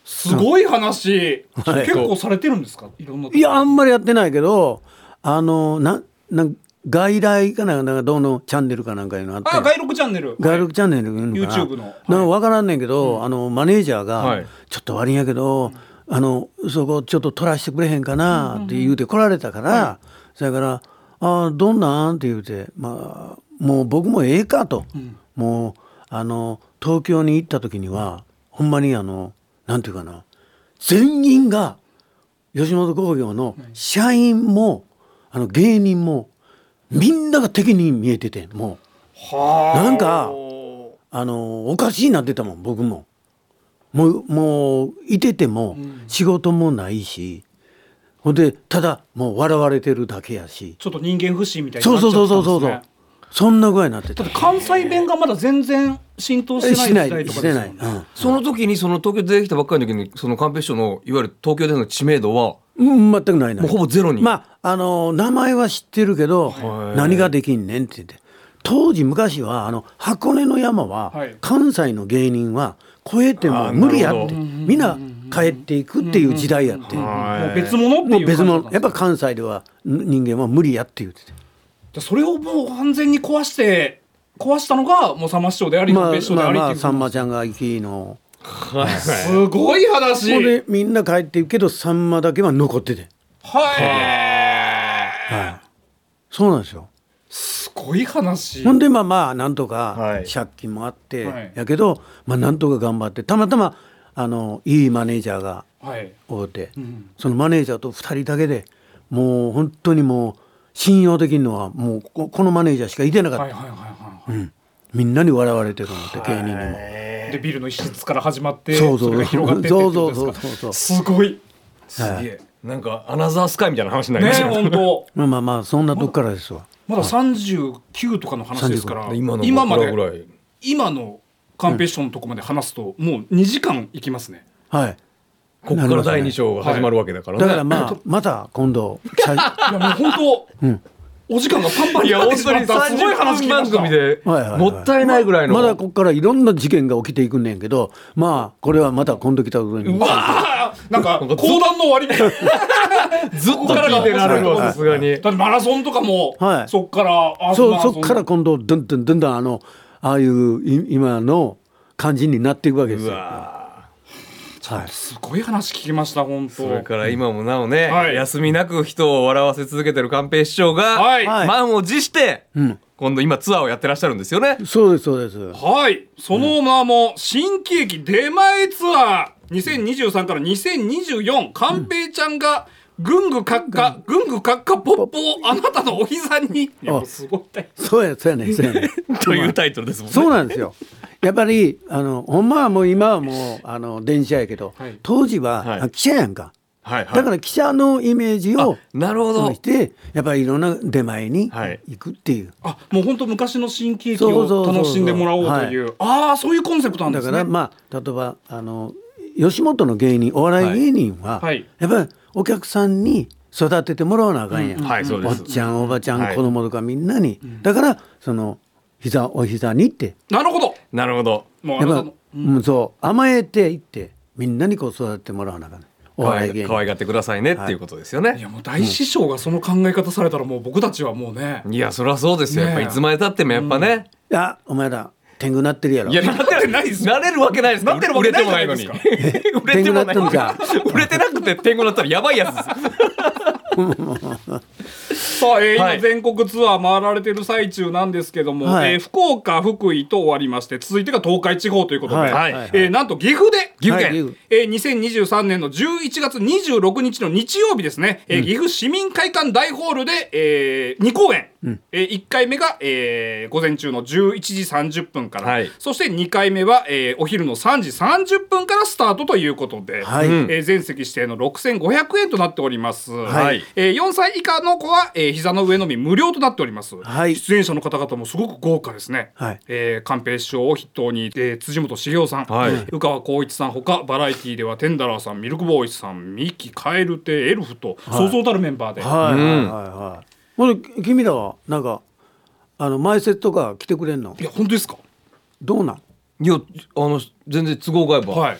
C: すごい話
E: はい
C: 結構されてるんですかいろんなとこ
E: いやあんまりやってないけどあのななん外来かなんかなんかどうのチャンネルかなんかいうのあって
C: あ外録チャンネル
E: 外録チャンネルにいるのかな
C: YouTube のはい
E: なんか分からんねんけど、あのマネージャーが、
F: はい
E: ちょっと悪いんやけど、あのそこちょっと取らしてくれへんかなって言うて来られたから、それから「あーどんなん?」って言うて、まあ、もう僕もええかと、もう。あの東京に行った時にはほんまにあのなんていうかな全員が吉本興業の社員もあの芸人もみんなが敵に見えててもうなんかあのおかしいなってたもん僕も。もうもういてても仕事もないし、ほんでただもう笑われてるだけやし
C: ちょっと人間不信みたいに
E: そ
C: な
E: う
C: っちゃ
E: そう
C: ったん
E: そ
C: です、
E: う
C: ね、
E: そうそうそうそんな具合になってた
C: だって関西弁がまだ全然浸透
E: え
C: してない時代と
E: し
C: かで
E: て
C: す
E: な
C: も
E: い
C: ん、ね
E: うん
F: その時にその東京出てきたばっかりの時にその寛平師匠のいわゆる東京での知名度は
E: うん、全くないな
F: もう
E: い
F: ほぼゼロに
E: まああの名前は知ってるけど
F: はい
E: 何ができんねんって言って当時昔はあの箱根の山は
C: はい
E: 関西の芸人は越えても
F: あー
E: 無理や
F: な
E: っ
F: る
E: て
F: ほど
E: みんな帰っていくっていう時代やっても
C: もう別物っていう
E: う別
C: 感
E: 物
C: じだ
E: やった
C: んで
E: ぱ関西では人間は無理やって言ってて
C: すそれをもう完全に壊して壊したのがもうさんま師匠であり
E: まあ
C: 別所で
E: ま
C: あ
E: あ
C: りって
E: ま
C: いう、
E: あさんまちゃんが生きの
C: すごい話
E: ここでみんな帰っていくけどさんまだけは残ってて
C: はい
E: はいそうなんですよ
C: すごい話
E: ほんでまあまあなんとか
F: はい
E: 借金もあって、
C: はい
E: やけど、まあ、なんとか頑張ってたまたまあのいいマネージャーが
C: はい
E: おうて、
C: ん
E: そのマネージャーと2人だけでもう本当にもう信用できるのはもうここのマネージャーしかいてなかった、
C: はいはいはいはい、
E: みんなに笑われてるのって芸人にも。
C: でビルの一室から始まって
E: そうそう
C: れが広がってってってことですか
E: そうそうそう
C: すごい
F: すげえなんかアナザースカイみたいな話になり
C: ね
F: ましたね
C: 本当
E: まあまあまあそんなとこからですわ。
C: まだ39とかの話ですから
F: 今の
C: 今ま
F: 僕らぐ
C: で
F: らい
C: 今のカンペッションのとこまで話すともう2時間いきますね
E: はい。
F: こっから第二章が始まるわけだからね
E: だからまあまた今度 さ
C: いやもう本当、お時間がパンパン
F: い
C: に
F: や
C: なっ
F: 本
C: てし
F: 当
C: まっ
F: に
C: たすごい話聞き
F: 30分
C: ま
F: 番
C: した
F: 組で
E: はいはいはい
F: もったいないぐらいの
E: まだここからいろんな事件が起きていくんねんけど、まあこれはまた今度来たことに
C: う。わーなんか講談の終わりみたい なずっと
F: 聞いてられるわさすがに
C: だってマラソンとかも、
E: はい
C: そっからあ
E: そう
C: マラソ
E: そ
C: ン
E: こから今度どんどんどんどんあのああいうい今の感じになっていくわけです
F: う
E: よ。
F: わ
E: はい、
C: すごい話聞きました本当
F: それから今もなおね、
C: はい
F: 休みなく人を笑わせ続けてる寛平師匠が、
C: はい
E: はい
F: 満を持して、今度今ツアーをやってらっしゃるんですよね。
E: そうですそうです。
C: はいその名も新喜劇出前ツアー2023から2024寛平ちゃんがぐんぐかっかぐんぐかっかポッポをあなたのお膝にいやもうすごい
E: そうやそうやねそうやね。
F: というタイトルですもんね。
E: そうなんですよ。やっぱりあのほんまはもう今はもうあの電車やけど、
C: はい
E: 当時は、
F: はい
E: あ記者やんか。
F: はいはい
E: だから記者のイメージを
F: あなるほど
E: してやっぱりいろんな出前に
F: はい
E: 行くっていう。
C: あもう本当昔の新喜劇
E: そうそうそ
C: を
E: うそう
C: 楽しんでもらおうというああそういうコンセプトなんで
E: だ
C: す
E: か
C: ね
E: らまあ例えばあの吉本の芸人お笑い芸人
C: は
E: は、
C: いはい
E: やっぱりお客さんに育ててもらわなあかんやん、
F: んはいそうです
E: おっちゃんおばちゃん、
F: はい
E: 子供とかみんなに、だからその膝お膝にって
C: なるほど
F: なるほど。
C: もうあ
E: やっ
C: なた
E: ぱ、
C: の
E: うん、そう甘えていってみんなにこう育ててもらわなあかんお
F: 可
E: 笑い
F: 愛
E: 芸
F: が可愛
E: 人
F: がってくださいねっていうことですよね。
C: いやもう大師匠がその考え方されたらもう僕たちはもうね
F: いやそりゃそうですよ。
C: ね
F: や
C: え
F: っぱいつまでたってもやっぱね。
E: あお前ら天狗なってるやろ
F: いやなってないです。なれるわけないです。
C: なってるわけないじゃないですか
F: 売れてもないのに。売れてもない
E: 天狗なっ。
F: 売れてなくて天狗だったらやばいやつです。
C: さあ、えー
F: はい
C: 今全国ツアー回られてる最中なんですけども、
E: はい
C: えー福岡福井と終わりまして続いてが東海地方ということで、
E: はい
F: はい
C: えーなんと岐阜で
F: 岐阜
E: はい岐
F: 県。
E: 阜
C: えー、2023年の11月26日の日曜日ですね、えー岐阜市民会館大ホールで、え2公演、え1回目が、えー午前中の11時30分から、
F: はい
C: そして2回目は、えーお昼の3時30分からスタートということで、
E: はい
C: えー全席指定の6500円となっております、
F: はい
C: えー4歳以下の子は、えー膝の上のみ無料となっております、
E: はい
C: 出演者の方々もすごく豪華ですね、
E: はい
C: えー寛平師匠を筆頭に、えー辻元茂雄さん、
F: はい
C: 宇川光一さんほかバラエティーではテンダラーさんミルクボーイさんミキカエルテエルフとそうそうたるメンバーで、
E: はいはいはいはいほんで君らはなんかあの前説とか来てくれんの
C: い、や本当ですか
E: どうなん
F: いやあの全然都合が合えば。
C: はい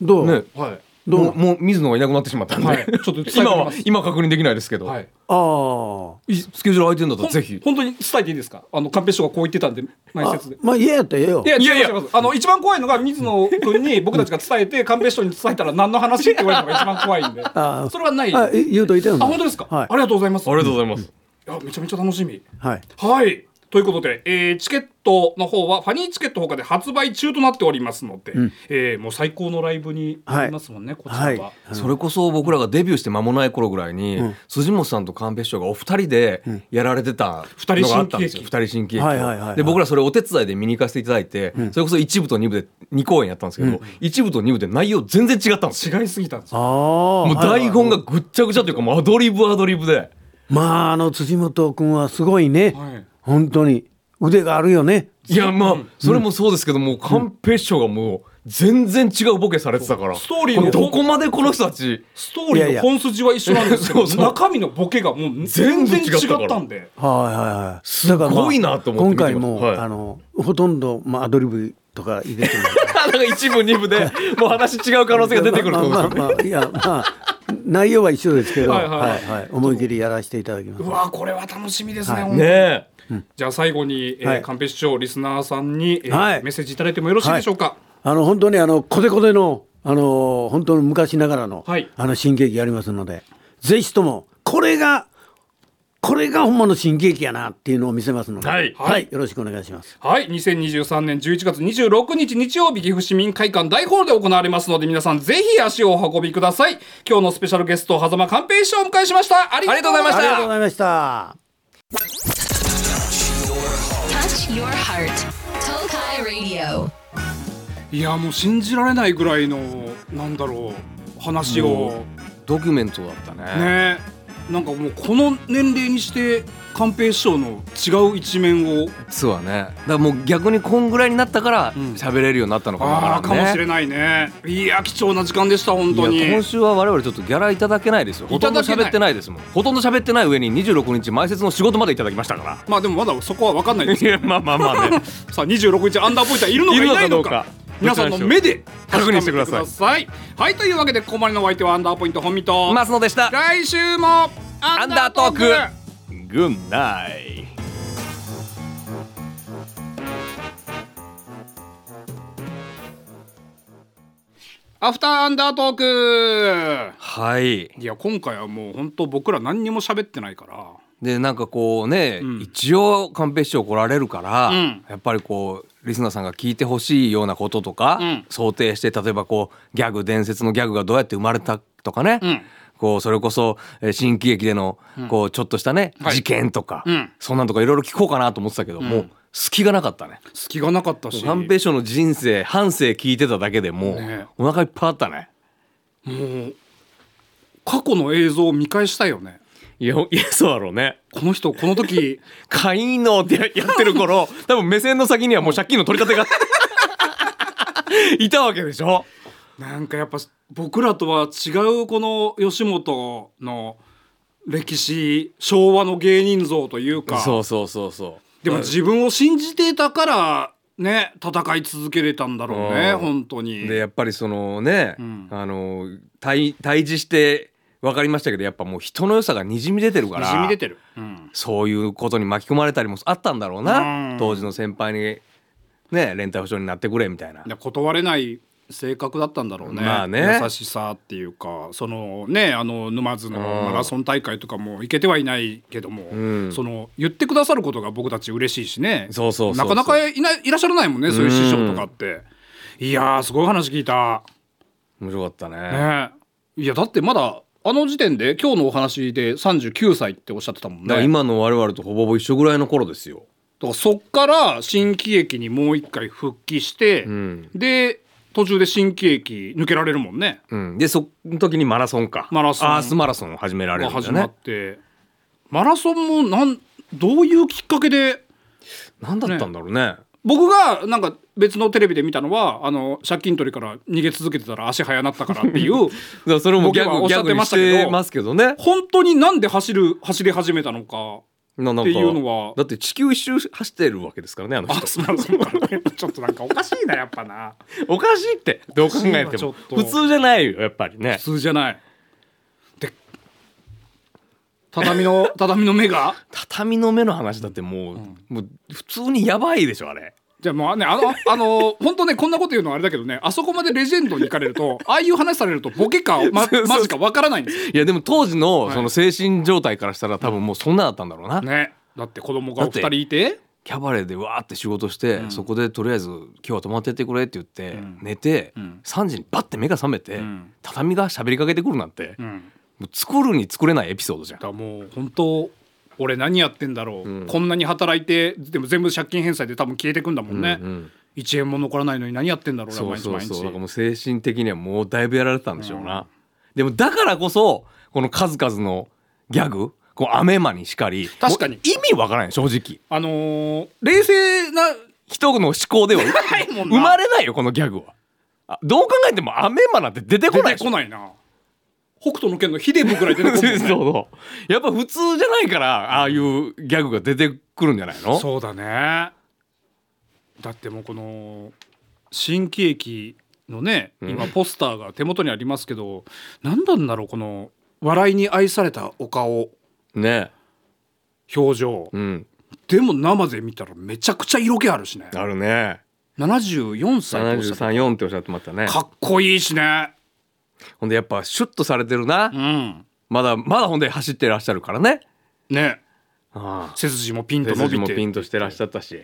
E: どう、
F: ね
C: はい
E: どう
F: もうもう水野がいなくなってしまったんで、
C: はいちょっと伝えてみ
F: 今
C: ま
F: は
C: す
F: 今確認できないですけど、
C: はい
E: あ
F: いスケジュール空いてんだった
C: ほ
F: ら
C: ん
F: ぜひ
C: 本当に伝えていいですかあの寛平師匠がこう言ってたんで前
E: ああ
C: 説で
E: まあ嫌やったらええよ
C: いや
F: いや
C: 違います
F: いや
C: 違いますあの一番怖いのが水野君に僕たちが伝 えて寛平師匠に伝えたら何の話って言われるのが一番怖いんで
E: あ
C: それはない
E: あ
C: あ
E: え言うといてよ
C: 本当ですか、
E: はい
C: ありがとうございます
F: ありがとうございます、
C: いやめちゃめちゃ楽しみ
E: はい
C: はい。とということで、えーチケットの方はファニーチケットほかで発売中となっておりますので、えーもう最高のライブになりますもんね、こちらは。
E: はい
F: それこそ僕らがデビューして間もない頃ぐらいに、辻本さんと寛平師匠がお二人でやられてた
C: 二人
F: のがあ
C: 新
F: っ
C: 喜劇
F: たんですよ二人新喜劇
E: はいはいはいはい
F: で僕らそれお手伝いで見に行かせていただいて、それこそ一部と二部で二公演やったんですけど、一部と二部で内容全然違ったんですよ
C: 違いすぎたんですよ。
E: も
F: もう台本がぐっちゃぐちゃというかもうアドリブアドリブで
E: まああの辻本君はすごいね、
C: はい
E: 本当に腕があるよね
F: いやまあそれもそうですけどもう寛平師匠がもう全然違うボケされてたから
C: ストーリーの
F: どこまでこの人たち
C: ストーリ
E: いやい
C: ーの
E: や
C: 本筋は一緒なんですけど
F: そうそう
C: 中身のボケがもう全然違ったんで。
E: はいはいはい。す
F: ごいなと思って見て
E: 今
F: ます
E: 回も、
F: はい
E: あのほとんどまあアドリブとか入れてます。
F: なんか一部二部でもう話違う可能性が 出てくると思うんです
E: ま
F: よ
E: あまあまあいやまあ内容は一緒ですけど、
C: は
E: はいい
C: はい
E: はい、思い切りやらせていただきます
C: う。わーこれは楽しみですね、
E: はい
C: 本当に
F: ねえ
C: じゃあ最後に、え
E: は
C: ー、
E: い
C: カンペ市長リスナーさんに、えー
E: はい
C: メッセージいただいてもよろしいでしょうか。
E: あの本当にあのコテコテのあの本当の昔ながらの、
C: はい
E: あの新喜劇やりますので、ぜひともこれがこれが本物の新喜劇やなっていうのを見せますので、
F: はい
E: はい、よろしくお願いします。
C: はい、2023年11月26日日曜日岐阜市民会館大ホールで行われますので皆さんぜひ足をお運びください今日のスペシャルゲスト狭間寛平師匠をお迎えしましたありがとうございまし
E: ありがとう
C: た
E: ございました。
B: Touch your heart. Tokai Radio.
C: いやもう信じられないぐらいのなんだろう話を
F: ドキュメントだったね
C: ねなんかもうこの年齢にして寛平師匠の違う一面を
F: そうはねだからもう逆にこんぐらいになったから喋れるようになったのかもわ
C: ああ
F: か
C: からも
F: ん
C: しれ
F: ね
C: ないねいや貴重な時間でした本当に
F: いや今週は我々ちょっとギャラいただけないですよほとんど喋ってないですもんほとんど喋ってない上に26日前説の仕事までいただきましたか
C: まあでもまだそこは分かんない です
F: らいやまあまあまあ ね
C: さあ26日アンダーポイントはいるのかいないのか
F: いる
C: 皆
F: のか
C: さん
F: どうか
C: の目で確
F: 確
C: かめ
F: 認
C: て
F: して
C: く
F: く
C: だ
F: だ
C: さ
F: さ
C: い
F: い
C: はいというわけでここまでのお相手はアンダーポイント本見と、
F: 松野でした
C: 来週もアン
F: アン
C: ダ
F: ダ
C: ー
F: ー
C: トー
F: トー
C: ク
F: クグンナイ
C: アフターアンダートーク
F: はい
C: いや今回はもう本当僕ら何にも喋ってないから
F: でなんかこうね、
C: ん
F: 一応寛平師匠来られるから、
C: うん
F: やっぱりこうリスナーさんが聞いてほしいようなこととか、
C: うん
F: 想定して例えばこうギャグ伝説のギャグがどうやって生まれたとかね、
C: ん
F: こうそれこそえー新喜劇でのこうちょっとしたね、
C: はい
F: 事件とか、
C: うん
F: そんなんとかいろいろ聞こうかなと思ってたけど、もう隙がなかったね
C: 隙がなかったし
F: 寛平師匠の人生半生聞いてただけでもう、
C: ね
F: お腹いっぱいあったね。
C: 過去の映像を見返したいよね
F: いやいやそうだろうね
C: この人この 時
F: カイノってややって る頃多分目線の先にはもう借金の取り立てがいたわけでしょ
C: なんかやっぱ僕らとは違うこの吉本の歴史昭和の芸人像というか
F: そうそうそうそう
C: でも自分を信じていたからね戦い続けれたんだろうね
F: うん
C: 本当に
F: でやっぱりそのね、
C: ん
F: あの対対峙して分かりましたけどやっぱもう人の良さがにじみ出てるから
C: にじみ出てる、うん
F: そういうことに巻き込まれたりもあったんだろうな、
C: うん
F: 当時の先輩にね連帯保証になってくれみたいな
C: で断れない性格だったんだろうね,、
F: まあね
C: 優しさっていうかそのねあの沼津の
F: うん
C: マラソン大会とかも行けてはいないけども、
F: ん
C: その言ってくださることが僕たち嬉しいしね
F: そうそうそうそ
C: なか
F: う
C: なかいないいらっしゃらないもんねそういう師匠とかって、いやーすごい話聞いた
F: 面白かったね
C: ねいやだってまだあの時点で今日のお話で39歳っておっしゃってたもんね
F: だから今の我々とほぼほぼ一緒ぐらいの頃ですよ
C: だからそっから新喜劇にもう一回復帰して、
F: ん
C: で途中で新喜劇抜けられるもんね
F: うん、でその時にマラソンか
C: マラソン
F: アースマラソンを始められ
C: が
F: るんだ
C: 始
F: よ
C: まっ
F: ね
C: て、マラソンもなんどういうきっかけで
F: 何だったんだろうね
C: 僕がなんか別のテレビで見たのはあの借金取りから逃げ続けてたら足早なったからっていう
F: だからそれもギャ
C: 僕はお
F: グ
C: っし
F: ギ
C: ゃ
F: ャ
C: って
F: グ
C: ま
F: に
C: し
F: した
C: けど
F: てますけどね
C: 本当になんで走る走り始めたのか
F: ななんか
C: っていうのは
F: だって地球一周走ってるわけですからねあの
C: ア
F: 人
C: ースマラソンからねちょっとなんかおかしいなやっぱな
F: おかしいってどう考え
C: おかしいわ
F: て
C: ちょっと
F: も普通じゃないよやっぱりね
C: 普通じゃないで畳の畳の目が
F: 畳の目の話だってもう,、もう普通にやばいでしょあれ
C: じゃあもうねあのあの本当ねこんなこと言うのはあれだけどねあそこまでレジェンドに行かれるとああいう話されるとボケか、ま、マジかわからないんですよ。
F: いやでも当時の
C: い
F: その精神状態からしたら多分もうそんなだったんだろうな、
C: ねだって子供がお
F: だっ
C: 二
F: て
C: 人いて
F: キャバレーでわーって仕事して、そこでとりあえず今日は泊まってってくれって言って、寝て、
C: ん
F: 3時にバッて目が覚めて、
C: ん
F: 畳が喋りかけてくるなんて、
C: うん
F: もう作るに作れないエピソードじゃん
C: だからもう本当俺何やってんだろう、こんなに働いてでも全部借金返済で多分消えてくんだもんね、
F: うんうん
C: 1円も残らないのに何やってんだろう
F: そう
C: 俺
F: そ
C: は
F: う
C: 毎日
F: そうだから
C: 毎
F: も
C: 日
F: う精神的にはもうだいぶやられてたんでしょうな、でもだからこそこの数々のギャグこうアメマにしかり
C: 確かに
F: もう意味わからない正直
C: あのー冷静な
F: 人の思考では
C: いもん な
F: 生まれないよこのギャグはあどう考えてもアメマなんて出てこ
C: 出
F: ない
C: て
F: でしょ
C: こないな北斗の拳のヒデブぐらい出て こ
F: そ
C: な
F: う
C: い
F: そうやっぱ普通じゃないからああいうギャグが出てくるんじゃないの
C: そうだねだってもうこの新喜劇のね今ポスターが手元にありますけど、何なんだろうこの笑いに愛されたお顔
F: ね
C: 表情、
F: うん
C: でも生で見たらめちゃくちゃ色気あるしね
F: あるね
C: 74歳とおっしゃった
F: 734っておっしゃってましたね
C: かっこいいしね
F: ほんでやっぱシュッとされてるな、
C: うん
F: まだまだほんで走ってらっしゃるからね
C: ね
F: ああ
C: 背筋もピンと
F: 手
C: 伸
F: 筋
C: び
F: も
C: て
F: ピンとしてらっしゃったし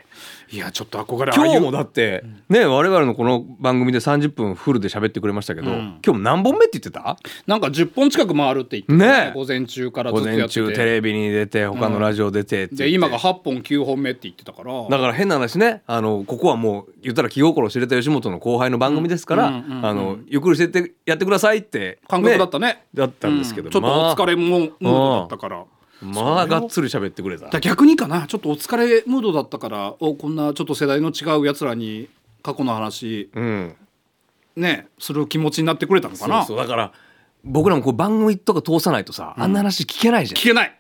C: いやちょっと憧れ
F: 今
C: ああい
F: 日
C: う
F: もだってね我々のこの番組で30分フルで喋ってくれましたけど、今日も何本目って言ってた
C: なんか10本近く回るって言って
F: ねえ
C: 午前中からず
F: 午
C: っとや
F: 前
C: ってて
F: 中テレビに出て他のラジオ出てって言って
C: で今が8本9本目って言ってたから
F: だから変な話ねあのここはもう言ったら気心知れた吉本の後輩の番組ですから、
C: うんうんうんうん
F: あのゆっくりしてってやってくださいって
C: 感覚だったね
F: だったんですけど、
C: うんちょっとお疲れもムードだったから,、
F: まあ、まあがっつり喋ってくれた
C: だから逆にかなちょっとお疲れムードだったからおこんなちょっと世代の違うやつらに過去の話
F: うん
C: ねする気持ちになってくれたのかな
F: そうそうだから僕らもこう番組とか通さないとさ、あんな話聞けないじゃん
C: 聞けない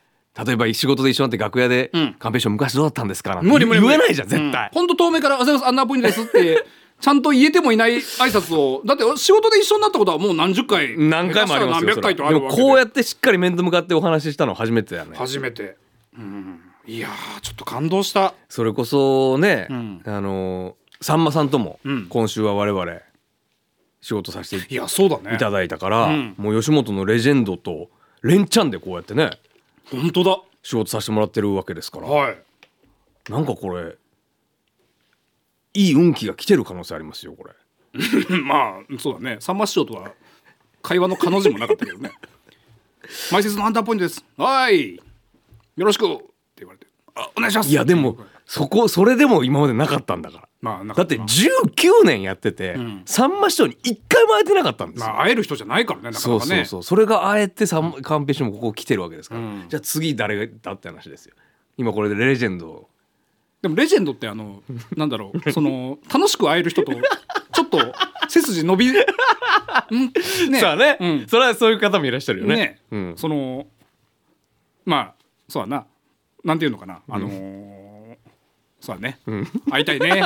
F: 例えば仕事で一緒になって楽屋で
C: ん
F: 「寛平師匠昔どうだったんですか?」なんて
C: 無理無理無
F: 言
C: 理
F: えないじゃん絶対、
C: 本当遠目から「あざいますあんなアポイントです」って ちゃんと言えてもいない挨拶をだって仕事で一緒になったことはもう何十回
F: 何回もありますよ
C: 下手したら何百回とあ
F: それ
C: る
F: はで
C: わ
F: も
C: け
F: こうや
C: で
F: ってしっかり面と向かってお話ししたの初めてだよね
C: 初めて、うん、いやーちょっと感動した
F: それこそね、
C: ん
F: あのさんまさんとも
C: ん
F: 今週は我々仕事させて
C: いやそうだね
F: いただいたから、
C: うん
F: もう吉本のレジェンドと連チャンでこうやってね
C: 本当だ
F: 仕事させてもらってるわけですから、
C: はい
F: なんかこれいい運気が来てる可能性ありますよこれ。
C: まあそうだねさんま師匠とは会話の彼女もなかったけど ね「前説のアンダーポイントですはいよろしく」って言われて「あお願いします」
F: いやでもそこそれでも今までなかったんだから。
C: まあなん
F: だ
C: か
F: って19年やってて、さんま師匠に一回も会えてなかったんですよ、
C: まあ会える人じゃないからねなか
F: そ
C: な
F: う
C: か
F: そ
C: ね
F: うそうそれがあえてさん寛平師匠もここ来てるわけですから、じゃあ次誰だって話ですよ今これでレジェンドを
C: でもレジェンドってあのなんだろうその楽しく会える人とちょっと背筋 伸びる、うんね
F: さあね、
C: うん
F: それはそういう方もいらっしゃるよね
C: ね、
F: うん、
C: そのまあそうだななんていうのかなあのーそうだね、会いたい ね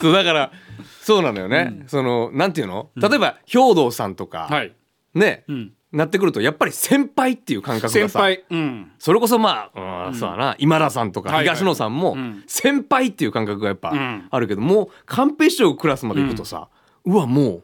F: そうだからそうなのよね、そのなんていうの例えば兵道さんとか、
C: はい
F: ね、
C: ん
F: なってくるとやっぱり先輩っていう感覚がさ
C: 先輩うん
F: それこそまあ、うんそうだな今田さんとか
C: はいはい
F: 東野さんも
C: ん
F: 先輩っていう感覚がやっぱ
C: ん
F: あるけど、もう寛平師匠クラスまで行くとさ、うわもう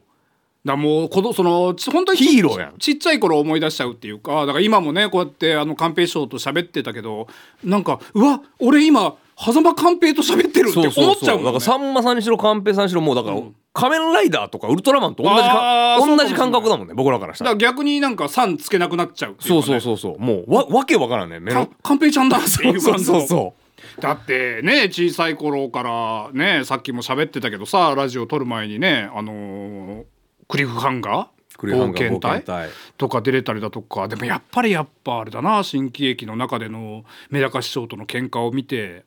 C: だからもうこのそのち本当にち
F: ヒーローやん
C: ちちっちゃい頃を思い出しちゃうっていうかだから今もねこうやってあの寛平師匠と喋ってたけどなんかうわ俺今狭間寛平と喋ってるって思っちゃうもん、ね、
F: だからさんまさんにしろ寛平さんにしろもうだから、仮面ライダーとかウルトラマンと同じか
C: あーそうかもし
F: 同
C: れない
F: じ感覚だもんね僕らからした
C: だから
F: ら。
C: 逆になんか「さん」つけなくなっちゃうってい
F: そうう
C: かね
F: そうそうそうもうわわけわからんね目の
C: か寛平ちゃんだっていう感じ
F: そうそう
C: の
F: そ
C: だってね小さい頃からねさっきも喋ってたけどさラジオ撮る前にねあのークリフハンガー
F: クリフハンガ
C: 冒
F: ー冒険隊
C: とか出れたりだとかでもやっぱりやっぱあれだな新喜劇の中でのメダカ師匠との喧嘩を見て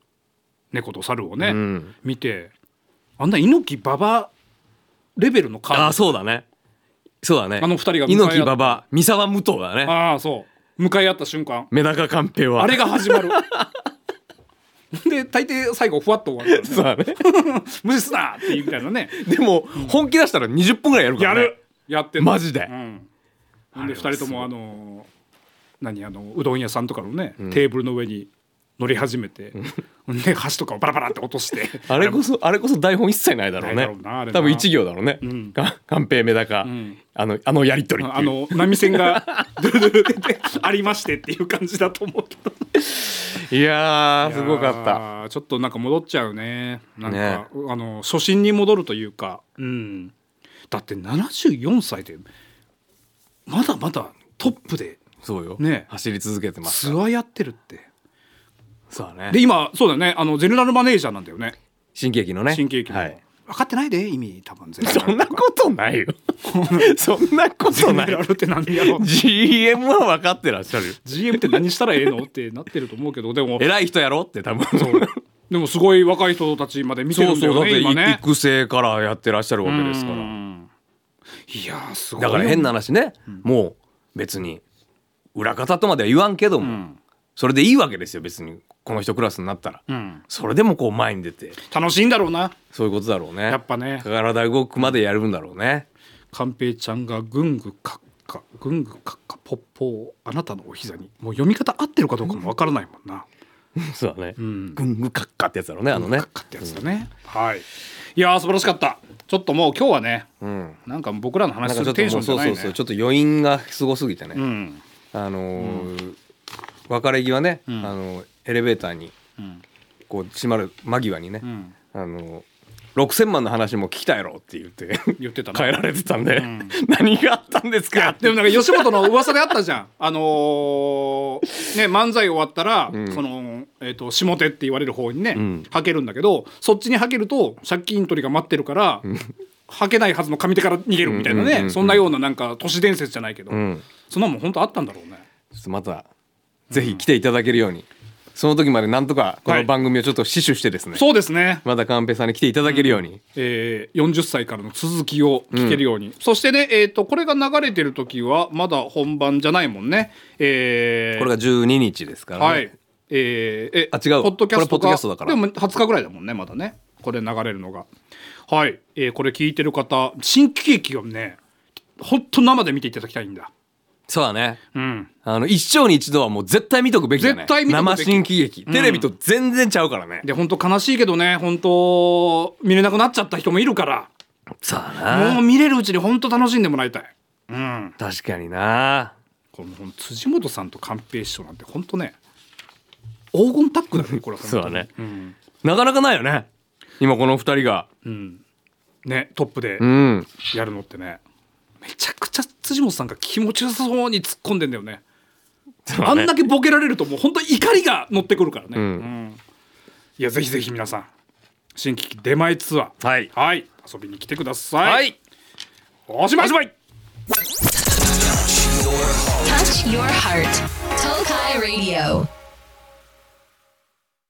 C: 猫と猿をね、
F: ん
C: 見てあんな猪木馬場レベルの
F: うあ
C: カ
F: ーそうだねそうだね
C: あの二人が向かい合っ
F: 猪木馬場三沢武藤だね
C: ああそう向かい合った瞬間
F: メダカ寛平は
C: あれが始まるで大抵最後ふわっと終わるからね
F: そうだね
C: 無視すなっていうみたいなね
F: でも本気出したら20分ぐらいやるか
C: や
F: ら、ね、
C: るやってんの
F: マジで
C: うん、ほんで
F: あ
C: 2
F: れは
C: 人ともあの何あのうどん屋さんとかのね、テーブルの上に乗り始めて、ほんで箸とかをバラバラって落として
F: あれこそあれこそ台本一切ないだろう
C: ないだ
F: ね
C: ろうなあれな
F: 多分一行だろうね、
C: ん
F: か寛平メダカ、あのあのやり取りっていう
C: あの波線がドゥルドゥルってありましてっていう感じだと思うけど
F: いやーすごかった
C: たちょっとなんか戻っちゃうねなんか、
F: ね
C: あの初心に戻るというか、うん、だって74歳でまだまだトップで
F: そうよ、
C: ね
F: 走り続けてま
C: ツ
F: すから
C: アーやってるって
F: そうだね
C: で今そうだよねあのゼネラルマネージャーなんだよね
F: 新喜劇のね
C: 新喜劇の、
F: はい
C: 分かってないで意味多分ゼネラル
F: そんなことな いよ そんなこ
C: ゼ
F: とな
C: ネ
F: い
C: ラルって何 やろ
F: GM は分かってらっしゃるよ
C: GM って何したらええのってなってると思うけどでも
F: 偉い人やろって多分
C: そうでもすごい若い人たちまで見て
F: そ
C: る
F: うん
C: だ
F: そう
C: よ
F: だって
C: ね今ね
F: 育成からやってらっしゃるわけですか
C: う
F: ら
C: んいやーすごい
F: だから変な話ね、もう別に裏方とまでは言わんけども、それでいいわけですよ別にこの人クラスになったら、
C: ん
F: それでもこう前に出て
C: 楽しいんだろうな
F: そういうことだろうね
C: やっぱね
F: 体動くまでやるんだろうね
C: 寛平ちゃんがぐんぐかっかぐんぐかっかポッポをあなたのお膝にもう読み方合ってるかどうかもわからないもんな
F: そうだね、ぐんぐかっかってやつだろうねあのね
C: かっかってやつだね、はいいやー素晴らしかったちょっともう今日はね、
F: ん
C: なんか僕らの
F: な
C: 話
F: ん
C: す
F: かちょ
C: る
F: っと
C: テンシ
F: も
C: ョン
F: う
C: じゃ
F: そう
C: ないね
F: そうそうちょっと余韻がすごすぎてね、
C: うん
F: あのー別れ際ね、あのーエレベーターに
C: うん
F: こう閉まる間際にね、
C: ん
F: あのー6,000万の話も聞きたいやろって言って
C: 言ってたな
F: 帰られてたんで、何があったんですかって
C: でもなんか吉本の噂であったじゃん あのーね漫才終わったら、その、えー、と下手って言われる方にね、
F: ん
C: はけるんだけどそっちにはけると借金取りが待ってるから、はけないはずの上手から逃げるみたいなね、
F: うんうんうんうん
C: そんなようななんか都市伝説じゃないけど、
F: ん
C: そんなもん本当あったんだろうね
F: ちょっとまたぜひ来ていただけるように、その時までなんとかこの番組をちょっと死守してですね、
C: そうですね、
F: まだカンペさんに来ていただけるように、
C: えー、40歳からの続きを聞けるように、そしてね、えー、とこれが流れてる時はまだ本番じゃないもんね、えー
F: これが12日ですから、ね
C: はい。えー、え、
F: あ違う
C: ポッドキャストが
F: これポッドキャストだから
C: でも20日ぐらいだもんね、まだね。これ流れるのが。はい。えーこれ聞いてる方、新喜劇をね、ほんと生で見ていただきたいんだ。
F: そうだね
C: うん。
F: あの一生に一度はもう絶対見とくべきだね
C: 絶対見とくべき
F: 生新喜劇、テレビと全然ちゃうからね
C: で、本当悲しいけどね、本当見れなくなっちゃった人もいるから、
F: さあ
C: もう見れるうちに本当楽しんでもらいたい。うん。
F: 確かにな
C: このほんと辻元さんと寛平師匠なんて本当ね、黄金タッグだよね、これは。
F: そうだね
C: うん。
F: なかなかないよね今この二人が
C: うん。ね、トップで。
F: うん
C: やるのってねめちゃくちゃ辻元さんが気持ちよさそうに突っ込んでんだよねあんだけボケられるともう本当に怒りが乗ってくるからね、
F: ん
C: うんいやぜひぜひ皆さん新規出前ツアー
F: はい
C: はい遊びに来てください、
F: はい
C: おしまいおしまい
B: Touch your heart. Tokai Radio.